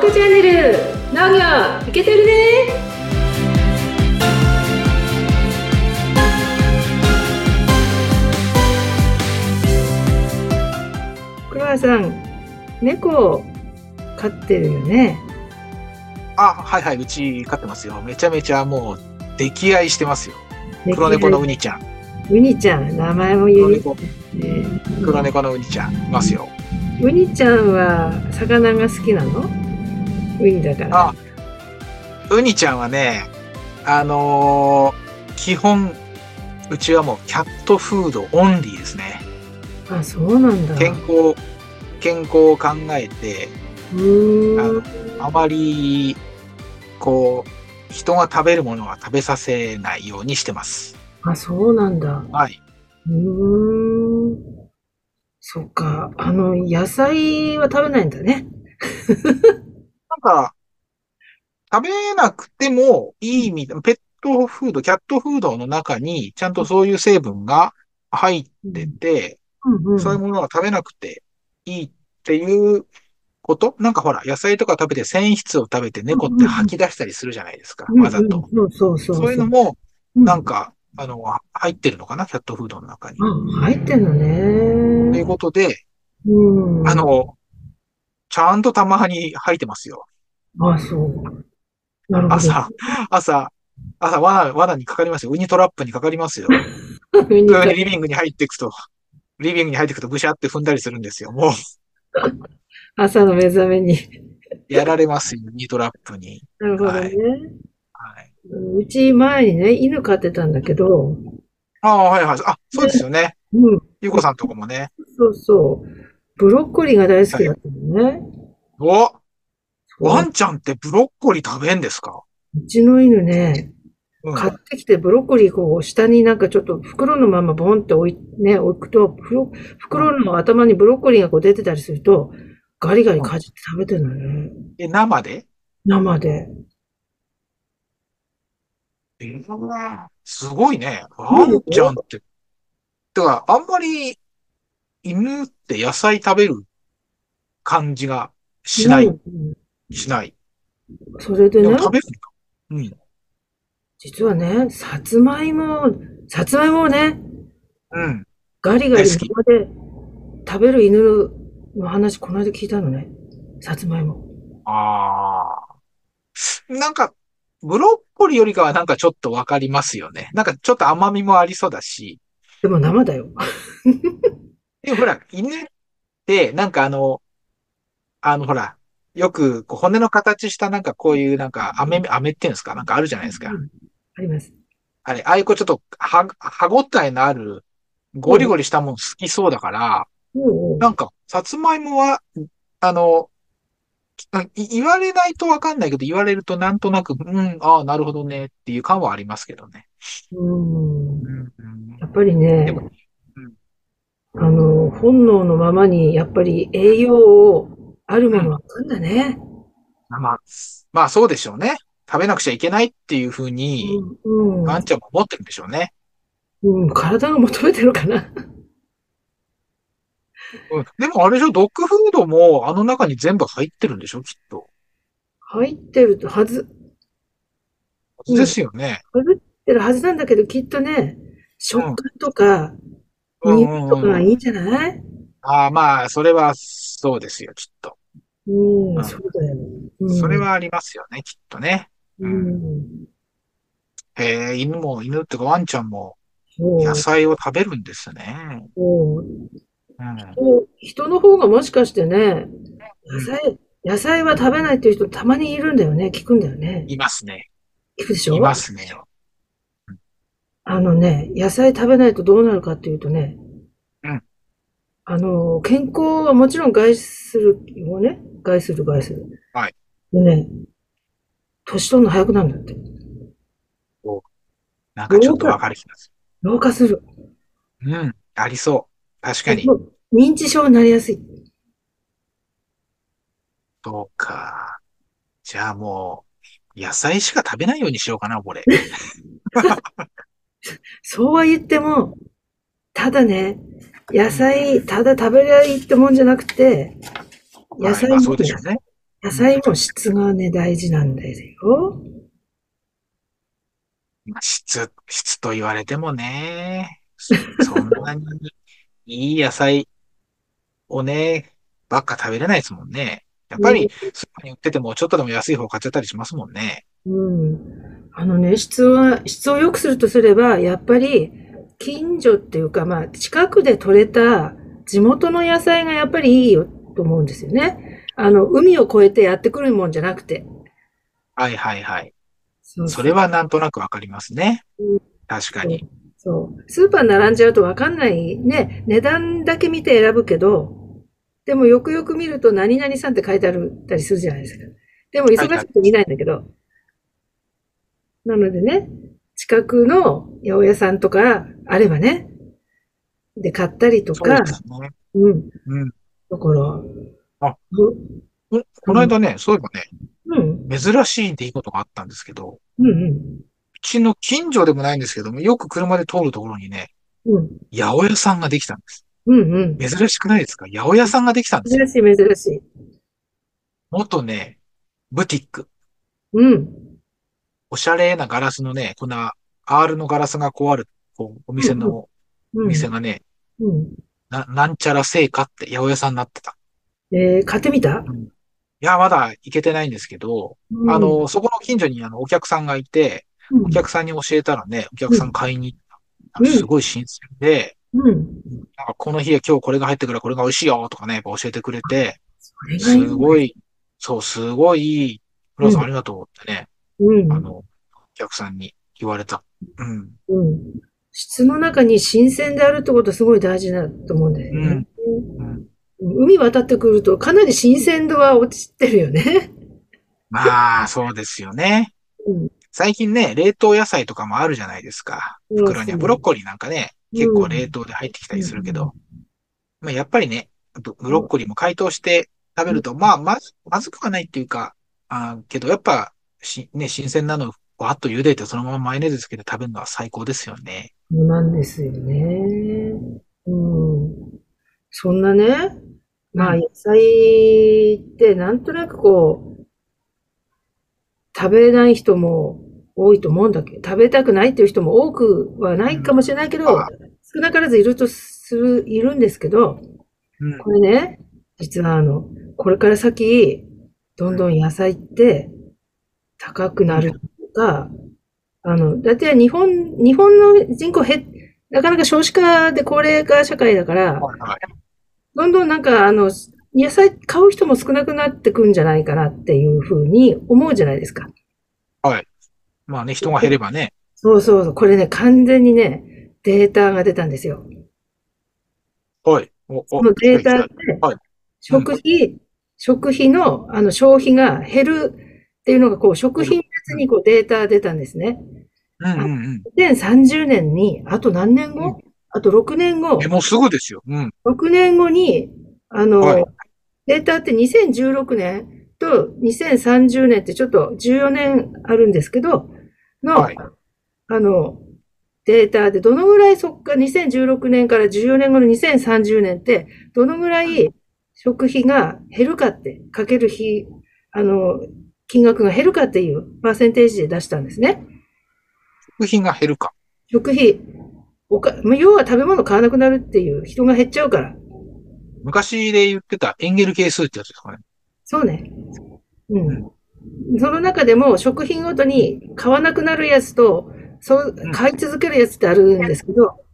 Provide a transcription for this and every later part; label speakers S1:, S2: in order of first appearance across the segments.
S1: クチャンネル農業いけてるね黒田さん猫を飼ってるよね
S2: あ、はいはい、うち飼ってますよ。めちゃめちゃもう、溺愛してますよ。黒猫のウニちゃん。
S1: ウニちゃん名前もユ
S2: 黒
S1: ニッ
S2: 猫
S1: ね
S2: 黒猫のウニちゃん、いますよ。
S1: ウニちゃんは魚が好きなのウニだから
S2: あ、ウニちゃんはね、あのー基本、うちはもうキャットフードオンリーですね。
S1: あそうなんだ
S2: 健康、健康を考えて、
S1: うーん
S2: あまり、こう、人が食べるものは食べさせないようにしてます。
S1: あそうなんだ
S2: はい。
S1: うーんそっかあの野菜は食べないんだね
S2: なんか、食べなくてもいいみたいな、ペットフード、キャットフードの中に、ちゃんとそういう成分が入ってて、
S1: うんうん
S2: そういうものは食べなくていいっていうことなんかほら、野菜とか食べて繊維質を食べて猫って吐き出したりするじゃないですか、わざと。
S1: うんうんそうそうそう
S2: そういうのも、
S1: うん
S2: なんか、あの、入ってるのかなキャットフードの中に。
S1: あ入ってんの
S2: という
S1: ね
S2: ことで、
S1: うん
S2: あの、ちゃんとたまに吐いてますよ。
S1: あそうなるほど
S2: 朝、朝、朝、罠、罠にかかりますよ。ウニトラップにかかりますよ。
S1: ウニちゃん
S2: リビングに入っていくと、リビングに入っていくとぐしゃって踏んだりするんですよ。もう、
S1: 朝の目覚めに
S2: やられますよ、ウニトラップに。
S1: なるほどね、
S2: はいはい。
S1: うち前にね、犬飼ってたんだけど、
S2: ああ、はいはい。あ、そうですよね。
S1: うん、
S2: ゆうこさんとこもね。
S1: そうそう。ブロッコリーが大好きだったのね。
S2: おワ
S1: そう
S2: ンちゃんってブロッコリー食べんですか
S1: うちの犬ね、
S2: うん。
S1: 買ってきてブロッコリーこう下になんかちょっと袋のままボンって置い、ね、置くと、ブロ袋の頭にブロッコリーがこう出てたりすると、ガリガリかじって食べてるのね。
S2: え、生で
S1: 生で。
S2: えすごいね。ワンちゃんって。だから、あんまり、犬って野菜食べる感じがしない。
S1: うん
S2: しない。
S1: それで
S2: で
S1: ね
S2: も、食べるのか。
S1: 実はね、さつまいも、さつまいもをね、
S2: うん。うん。
S1: ガリガリ
S2: 大好き
S1: 生で食べる犬の話、この間聞いたのね。さつまいも。
S2: ああ。なんか、ブロッコリーよりかはなんかちょっとわかりますよね。なんかちょっと甘みもありそうだし。
S1: でも生だよ。
S2: でもほら、犬って、なんかあの、あのほら、よくこう骨の形したなんかこういうなんか飴、飴っていうんですかなんかあるじゃないですか。
S1: うんあります。
S2: あれ、ああいうこうちょっとは、歯ごたえのあるゴリゴリしたもの好きそうだから、
S1: おうおう
S2: なんか、さつまいもは、あの、い言われないとわかんないけど、言われるとなんとなく、うん、ああ、なるほどね、っていう感はありますけどね。
S1: うん。
S2: うん
S1: やっぱり
S2: で
S1: ね、
S2: も、
S1: あの、本能のままに、やっぱり栄養を、あるものはあるんだね。
S2: まあ、まあそうでしょうね。食べなくちゃいけないっていうふうに、
S1: うん。
S2: ワンちゃんも思ってるんでしょうね。
S1: うん、体が求めてるかな。
S2: うん、でもあれでしょ、ドッグフードもあの中に全部入ってるんでしょ、きっと。
S1: 入ってるはず、うん
S2: ですよね。
S1: 入ってるはずなんだけど、きっとね、食感とか、
S2: うん
S1: 匂
S2: う
S1: い
S2: ん
S1: とか
S2: う
S1: が
S2: ん、
S1: いいんじゃない
S2: ああまあ、それはそうですよ、きっと。
S1: う、
S2: うんん
S1: そうだよ。うん
S2: それ、はありますよね、きっとね。
S1: うん。
S2: へえ、犬も、犬っていうかワンちゃんも
S1: そう
S2: 野菜を食べるんですね。
S1: そう
S2: うん。
S1: こう人の方がもしかしてね、野菜、野菜は食べないっていう人たまにいるんだよね。聞くんだよね。
S2: いますね。
S1: 聞くでしょ
S2: いますね。
S1: あのね、野菜食べないとどうなるかっていうとね、
S2: うん
S1: あの、健康はもちろん害するよね。害する害する。
S2: はい。
S1: でね、年取るの早くなるんだって。
S2: なんかちょっとわかる気がす
S1: 老化する。
S2: る。うん。ありそう。確かに。
S1: もう認知症になりやすい。
S2: そうか。じゃあもう、野菜しか食べないようにしようかな、俺。
S1: そうは言っても、ただね、野菜、ただ食べりゃいいってもんじゃなくて、野
S2: はい
S1: 菜
S2: ま
S1: も
S2: あそうでしょうね。
S1: 野菜も質がね、大事なんですよ。
S2: まあ質、質と言われてもね、そそんなにいい野菜をね、ばっか食べれないですもんね。やっぱり、スーパーに売ってても、ちょっとでも安い方買っちゃったりしますもんね。
S1: うん。あのね、質は、質を良くするとすれば、やっぱり、近所っていうか、まあ、近くで採れた地元の野菜がやっぱりいいよと思うんですよね。あの、海を越えてやってくるもんじゃなくて。
S2: はいはいはい。
S1: そう
S2: それはなんとなくわかりますね
S1: う。
S2: 確かに。
S1: そう。スーパー並んじゃうとわかんないね。値段だけ見て選ぶけど、でもよくよく見ると何々さんって書いてあるたりするじゃないですか。でも忙しくて見ないんだけど。なのでね、近くの八百屋さんとかあればね、で買ったりと
S2: そう
S1: か
S2: で、すね。
S1: うん。
S2: うん。
S1: だから、
S2: あ
S1: う
S2: ここの間ね、そういえ
S1: うん、
S2: ばね、珍しいっていいことがあったんですけど、
S1: うん、うん、
S2: うちの近所でもないんですけども、よく車で通るところにね、
S1: うん、
S2: 八百屋さんができたんです。
S1: うん、うん。
S2: 珍しくないですか八百屋さんができたんですよ。
S1: 珍しい、珍しい。
S2: 元ね、ブティック。
S1: うん、
S2: おしゃれなガラスのね、こんな R のガラスがこうある、こうお店の、
S1: う
S2: お
S1: ん、
S2: 店がね、
S1: うん。
S2: な、なんちゃら製菓って八百屋さんになってた。
S1: えー買ってみた
S2: いや、まだ行けてないんですけど、あの、そこの近所にあの、お客さんがいて、
S1: うん、
S2: お客さんに教えたらね、お客さん買いに行
S1: う
S2: った。
S1: ん
S2: すごい新鮮で、
S1: うん。
S2: なんかこの日は今日これが入ってくるからこれが美味しいよとかね、やっぱ教えてくれて、
S1: これがいい
S2: すごい、そう、すごい、フラさんありがとうってね、
S1: うん、
S2: あの、お客さんに言われた。うん。
S1: うん。質の中に新鮮であるってことはすごい大事だと思うんだよね。
S2: うん
S1: 海渡ってくるとかなり新鮮度は落ちてるよね。
S2: まあ、そうですよね。
S1: うん
S2: 最近ね、冷凍野菜とかもあるじゃないですか。袋にはブロッコリーなんかね、
S1: うん
S2: 結構冷凍で入ってきたりするけど。まあ、やっぱりね、ブブロッコリーも解凍して食べると、まあ、まず、まずくはないっていうか、あーけど、やっぱ、し、ね、新鮮なのをわっと茹でて、そのままマヨネーズつけて食べるのは最高ですよね。
S1: そうなんですよね。うん。そんなね、まあ
S2: うん
S1: 野菜ってなんとなくこう、食べない人も多いと思うんだけど、食べたくないっていう人も多くはないかもしれないけど
S2: うんあ、
S1: 少なからずいるとする、いるんですけど、
S2: うん。
S1: これね、実はあの、これから先、どんどん野菜って高くなるとか、あの、だって日本、日本の人口減っ、なかなか少子化で高齢化社会だから、
S2: はいはい
S1: どんどんなんかあの、野菜買う人も少なくなってくんじゃないかなっていうふうに思うじゃないですか。
S2: まあね、人が減ればね、
S1: そうそうそう、これね、完全にね、データが出たんですよ。
S2: はい。お、お、
S1: このデータ
S2: は
S1: っ
S2: い
S1: て
S2: はい、
S1: 食費、食費の、あの消費が減るっていうのが、こう、食品別にこうデータ出たんですね。
S2: うんうん
S1: 2030年に、あと何年
S2: う
S1: 後あと6年後
S2: うん。え、、もうすぐですよ。うん。
S1: 6年後に、あ
S2: はい
S1: の、データって2016年と2030年ってちょっと14年あるんですけど、の
S2: はい、
S1: あの、データでどのぐらいそっか2016年から14年後の2030年ってどのぐらい食費が減るかって、かける費、あの、金額が減るかっていうパーセンテージで出したんですね。
S2: 食品が減るか。
S1: 食費、おか、まあ要は食べ物買わなくなるっていう人が減っちゃうから。
S2: 昔で言ってたエンゲル係数ってやつですかね。
S1: そうね。うん。その中でも食品ごとに買わなくなるやつと、そう
S2: うん、
S1: 買い続けるやつってあるんですけど、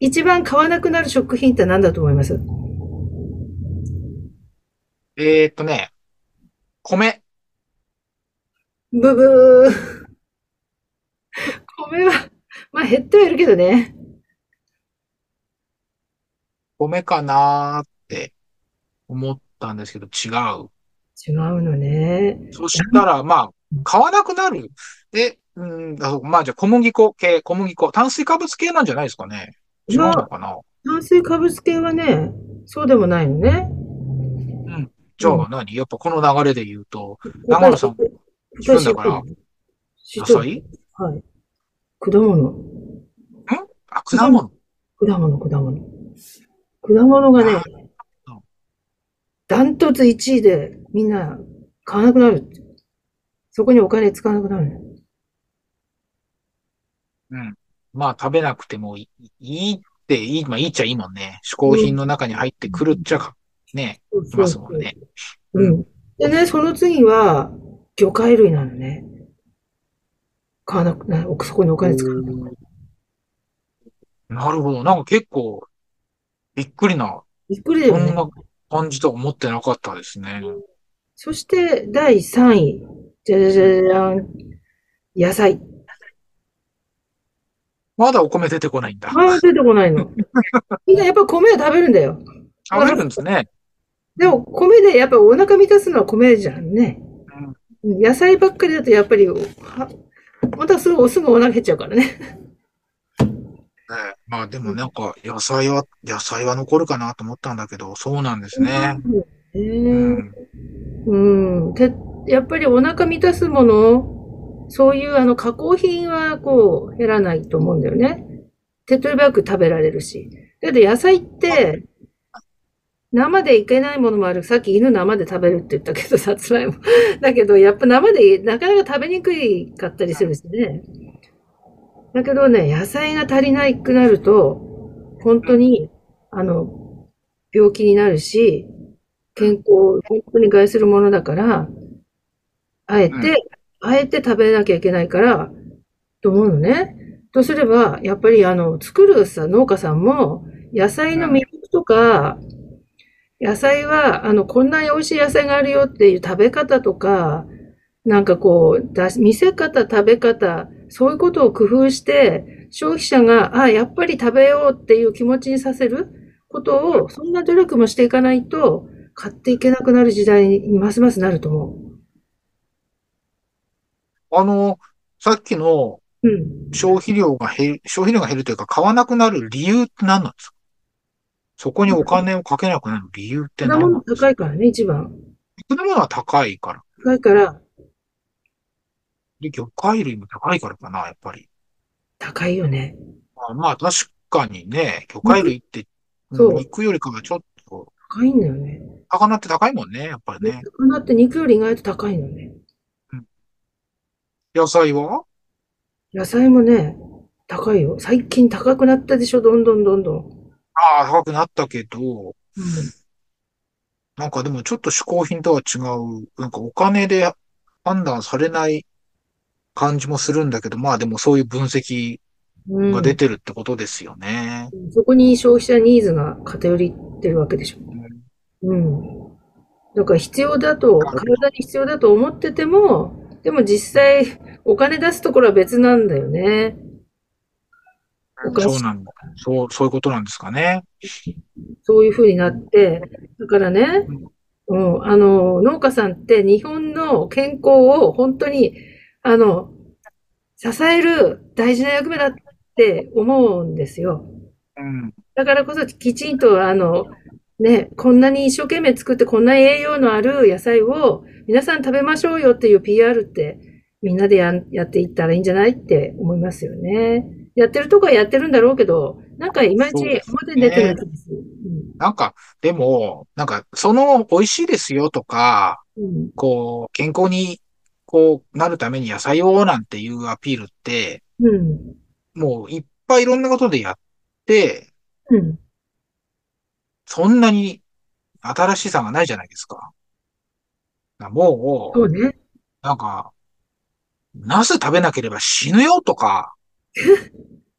S1: 一番買わなくなる食品って何だと思います
S2: えーっとね、米。
S1: ブブー。米は、まあ減ってはいるけどね。
S2: 米かなーって思ったんですけど、違う。
S1: 違うのね。
S2: そしたら、まあ、買わなくなる。え、うん、あそうまあじゃあ小麦粉系、小麦粉。炭水化物系なんじゃないですかね。違うのかな
S1: 炭水化物系はね、そうでもないのね。
S2: じゃあ何やっぱこの流れで言うと、長野さん、聞くんだから、野
S1: 知ってる
S2: 菜
S1: はい。果物。
S2: あ、果物。
S1: 果物、果物。果物がね
S2: あ、
S1: ダントツ1位でみんな買わなくなるって。そこにお金使わなくなる。
S2: うん。まあ食べなくてもいいいいって、いい、まあいいっちゃいいもんね。嗜好品の中に入ってくるっちゃか、ね、
S1: そう
S2: い
S1: そう
S2: ます
S1: そう
S2: もんね。
S1: うん。でね、その次は、魚介類なのね。買わなくな、そこにお金使わなくなる。
S2: なるほど。なんか結構、びっくりな、
S1: びっくりだ
S2: こ
S1: よ
S2: ん
S1: ね。
S2: な感じとは思ってなかったですね。
S1: そして、第3位。じゃじゃじゃじゃん。野 菜。
S2: まだお米出てこないんだ。
S1: ああ、出てこないの。みんなやっぱ米は食べるんだよ。
S2: 食べるんですね。
S1: でも、米でやっぱお腹満たすのは米じゃんね。野菜ばっかりだとやっぱり、はまたすぐ、すぐお腹減っちゃうからね。
S2: ねまあでもなんか、野菜は、野菜は残るかなと思ったんだけど、そうなんですね。
S1: え
S2: うん。
S1: うん。て、やっぱりお腹満たすもの、そういうあの加工品はこう減らないと思うんだよね。手っ取り早く食べられるし。だって野菜って、生でいけないものもある。さっき犬生で食べるって言ったけど、さつまいも。だけど、やっぱ生でなかなか食べにくいかったりするしね。だけどね、野菜が足りなくなると、本当に、あの、病気になるし、健康を本当に害するものだから、あえて、あえて食べなきゃいけないから、と思うのね。とすれば、やっぱりあの、作るさ、農家さんも、野菜の魅力とか、野菜は、あの、こんなに美味しい野菜があるよっていう食べ方とか、なんかこう、出し見せ方、食べ方、そういうことを工夫して、消費者が、あ、やっぱり食べようっていう気持ちにさせることを、そんな努力もしていかないと、買っていけなくなる時代にますますなると思
S2: あの、さっきの
S1: う。うん。
S2: 消費量が減る、消費量が減るというか、買わなくなる理由って何なんですかそこにお金をかけなくなる理由って
S1: 果
S2: 何なん
S1: 物
S2: ですか
S1: 高いからね、一番。
S2: 果物は高いから。
S1: 高いから、
S2: で、魚介類も高いからかな、やっぱり。
S1: 高いよね。
S2: まあ、まあ確かにね、魚介類って、
S1: そう
S2: うん肉よりかはちょっと、
S1: 高いんだよね。
S2: 魚って高いもんね、やっぱりね。
S1: 魚って肉より意外と高いのね。
S2: 野菜は
S1: 野菜もね、高いよ。最近高くなったでしょ、どんどんどんどん。
S2: ああ、高くなったけど、
S1: うん
S2: なんかでもちょっと嗜好品とは違う、なんかお金で判断されない感じもするんだけど、まあでもそういう分析
S1: うん
S2: が出てるってことですよね。
S1: そこに消費者ニーズが偏りってるわけでしょ。うん。だから必要だと、体に必要だと思ってても、でも実際お金出すところは別なんだよね。お菓子
S2: そうなんだ。そう、そういうことなんですかね。
S1: そういうふうになって、だからね、うん、あの、農家さんって日本の健康を本当に、あの、支える大事な役目だって思うんですよ。
S2: うん。
S1: だからこそきちんと、あの、ね、こんなに一生懸命作ってこんな栄養のある野菜を皆さん食べましょうよっていう PR ってみんなでやん、やっていったらいいんじゃないって思いますよね。やってるとこはやってるんだろうけど、なんかいまいち
S2: そうですね
S1: 表に出てない気がする。うん
S2: なんか、でも、なんか、その美味しいですよとか、
S1: うん、
S2: こう、健康に、こう、なるために野菜をなんていうアピールって、
S1: うん、
S2: もういっぱいいろんなことでやって、
S1: うん。
S2: そんなに新しさがないじゃないですか。だからも
S1: そうね。
S2: う、なんか、ナス食べなければ死ぬよと か、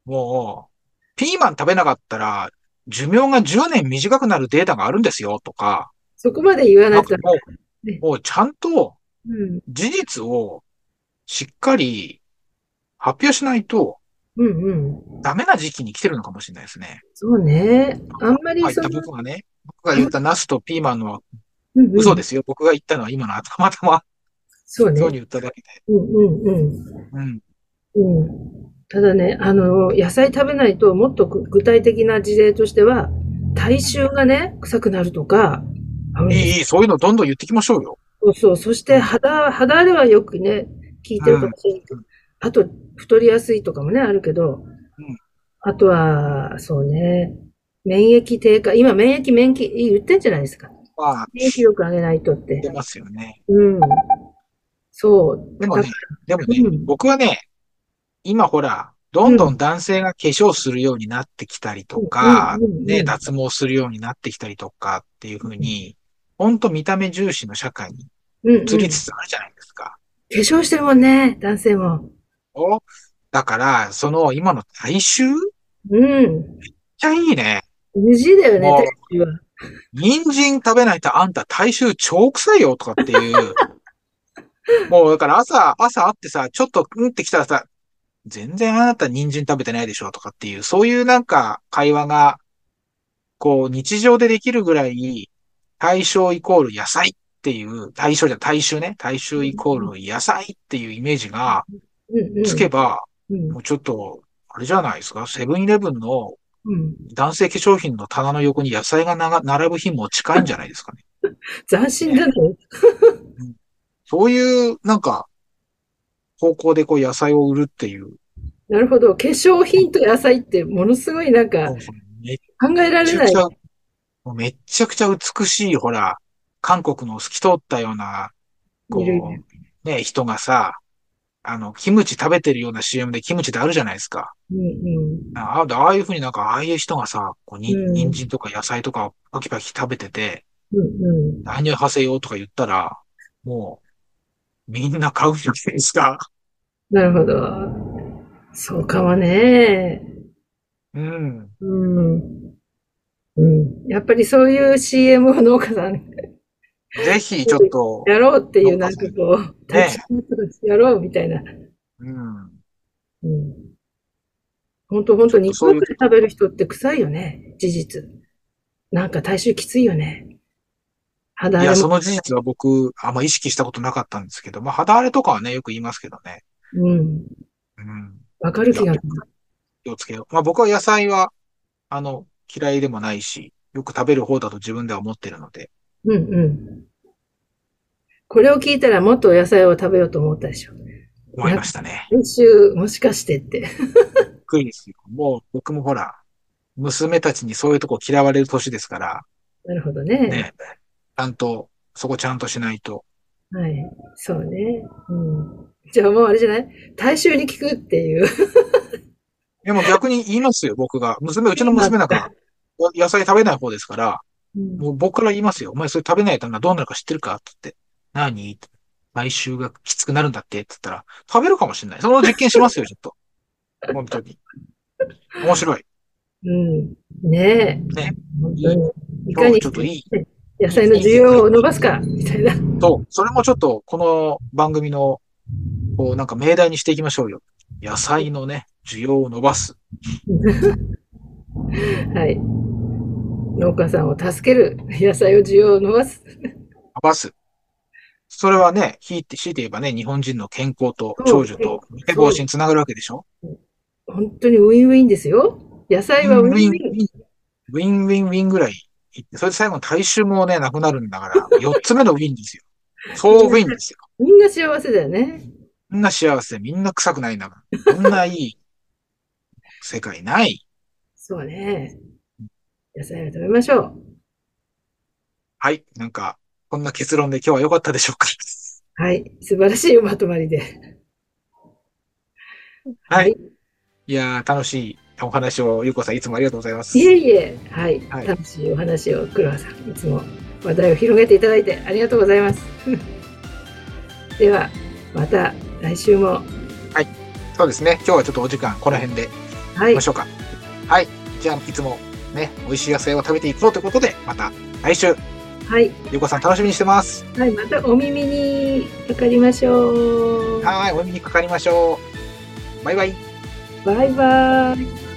S2: もう、ピーマン食べなかったら寿命が10年短くなるデータがあるんですよとか、
S1: そこまで言わ
S2: な
S1: なんいと
S2: か。もう、もうちゃんと
S1: うん、
S2: 事実をしっかり発表しないと
S1: うん、うん。
S2: ダメな時期に来てるのかもしれないですね。
S1: そうね。あんまり
S2: まあ、言
S1: そ
S2: った
S1: の、
S2: 僕がね、僕が言ったナスとピーマンの
S1: うん、うん。
S2: 嘘ですよ。僕が言ったのは今の頭頭
S1: そうね
S2: そう。に言っただけで。
S1: うん、うん、
S2: うん。
S1: うん。うん。ただね、あの、野菜食べないと、もっと具体的な事例としては、体臭がね、臭くなるとか、あるんで
S2: い
S1: す
S2: い、いい、そういうのどんどん言ってきましょうよ。
S1: そうそう。そして、肌、肌荒れはよくね、効いてるかもしれないけど、あと、太りやすいとかもね、あるけど、
S2: うん
S1: あとは、そうね、免疫低下、今、免疫、免疫、言ってんじゃないですか。
S2: まあ、
S1: 免疫力上げないとって
S2: 出。ますよね。
S1: うん。そう。
S2: でもね、でもね、
S1: うん
S2: 僕はね、今ほら、どんどん男性が化粧するようになってきたりとか、
S1: うんうんうんうん
S2: ね、脱毛するようになってきたりとかっていうふうに、ほんと見た目重視の社会に
S1: うんうん、
S2: 移
S1: 化
S2: りつつあるじゃないですか。
S1: 粧してるもんね、男性も。
S2: おだから、その今の体臭めっ
S1: うん。
S2: ちゃいいね。
S1: NG だよね、
S2: もう
S1: 体臭は。
S2: 人参食べないとあんた体臭超臭いよとかっていう。 もうだから朝、朝会ってさ、ちょっとうんってきたらさ、全然あなた人参食べてないでしょとかっていう、そういうなんか会話が、こう日常でできるぐらい、対象イコール野菜っていう、対象じゃ大衆ね、大衆イコール野菜っていうイメージが
S1: うんうん。
S2: つけば、
S1: うん
S2: もうちょっと、あれじゃないですか、セブンイレブンの
S1: うん。
S2: 男性化粧品の棚の横に野菜がなが並ぶ日も近いんじゃないですかね。
S1: 斬新だね。
S2: そういう、なんか、方向でこう野菜を売るっていう。
S1: なるほど。化粧品と野菜ってものすごいなんか
S2: めっ
S1: 考えられ
S2: ちゃ
S1: な
S2: く
S1: い
S2: ち。ゃ、めっちゃくちゃ美しい、ほら、韓国の透き通ったような、こ
S1: いるいる
S2: う、ね、人がさ、あの、キムチ食べてるような CM でキムチってあるじゃないですか。
S1: うんうん。
S2: ああああいうふうになんか、ああいう人がさ、こうに、
S1: うん
S2: 人参とか野菜とかをパキパキ食べてて、
S1: うんうん。
S2: 何を派せようとか言ったら、もう、みんな買うじゃないですか。
S1: なるほど。そうかもね。
S2: うん。
S1: うん。うん。やっぱりそういう CM を農家さん
S2: ぜひ、ちょっと、
S1: やろうっていうなんかこう、
S2: ね
S1: 立ち上がってやろうみたいな。
S2: うん。
S1: うん。ほんとほんと
S2: ちょっと
S1: 肉
S2: そうい
S1: ばっ
S2: う
S1: かり食べる人って臭いよね。事実。なんか体臭きついよね。肌
S2: い
S1: 荒
S2: や、
S1: れ
S2: そ
S1: も。
S2: の事実は僕、あんま意識したことなかったんですけど、まあ、肌荒れとかはね、よく言いますけどね。
S1: うん。
S2: うん。
S1: わかる気がする。
S2: 気をつけよう。まあ、僕は野菜は、あの、嫌いでもないし、よく食べる方だと自分では思ってるので。
S1: うんうん。これを聞いたらもっとお野菜を食べようと思ったでしょ。
S2: 思いましたね。
S1: 練習もしかしてって。
S2: びっくりですよ。もう、僕もほら、娘たちにそういうとこ嫌われる年ですから、
S1: なるほどね。
S2: ね。ちゃんと、そこちゃんとしないと。
S1: はい。そうね。うん。じゃあもうあれじゃない大衆に聞くっていう。
S2: でも逆に言いますよ、僕が。娘、うちの娘なんか、野菜食べない方ですから、
S1: うん
S2: もう僕から言いますよ。お前それ食べないとなどうなるか知ってるかって言って。何って毎週がきつくなるんだってって言ったら、食べるかもしれない。その実験しますよ、ちょっと。本当に。面白い。
S1: うん。ねえ。
S2: ね。
S1: 本当に。いか
S2: 今日
S1: に
S2: ちょっといい。
S1: 野菜の需要を伸ばすか、みたい な。
S2: と、それもちょっと、この番組の、こう、なんか命題にしていきましょうよ。野菜のね、需要を伸ばす。
S1: はい。農家さんを助ける。野菜を需要を伸ばす。
S2: 伸ばす。それはね、ひいて、強いて言えばね、日本人の健康と長寿と、見て防止につながるわけでしょ
S1: 本当にウィンウィンですよ。野菜はウィンウィン。
S2: ウィンウィンウィンぐらいいって、それで最後の体臭もね、なくなるんだから、4つ目 のウィンですよ。そうウィンですよ。
S1: みんな幸せだよね。
S2: みんな幸せ、みんな臭くないんだから。こんないい世界ない。
S1: そうね。野菜を食べましょう。
S2: はい。なんか、こんな結論で今日は良かったでしょうか。
S1: はい。素晴らしいまとまりで。
S2: はい。いやー、楽しいお話を、ゆうこさんいつもありがとうございます。
S1: いえいえ、はい、
S2: はい
S1: 楽しいお話を黒羽さん、いつも話題を広げていただいてありがとうございます。 では、また来週も、
S2: そうですね。今日はちょっとお時間、この辺で。
S1: はい
S2: いきま、しょうか。はい。じゃあ、いつもね、美味しい野菜を食べていこうということで、また来週、
S1: はい、
S2: ゆうこさん楽しみにしてます。
S1: はい、またお耳にかかりましょう。
S2: はーい。お耳にかかりましょう。バイバイ。
S1: バイバイ。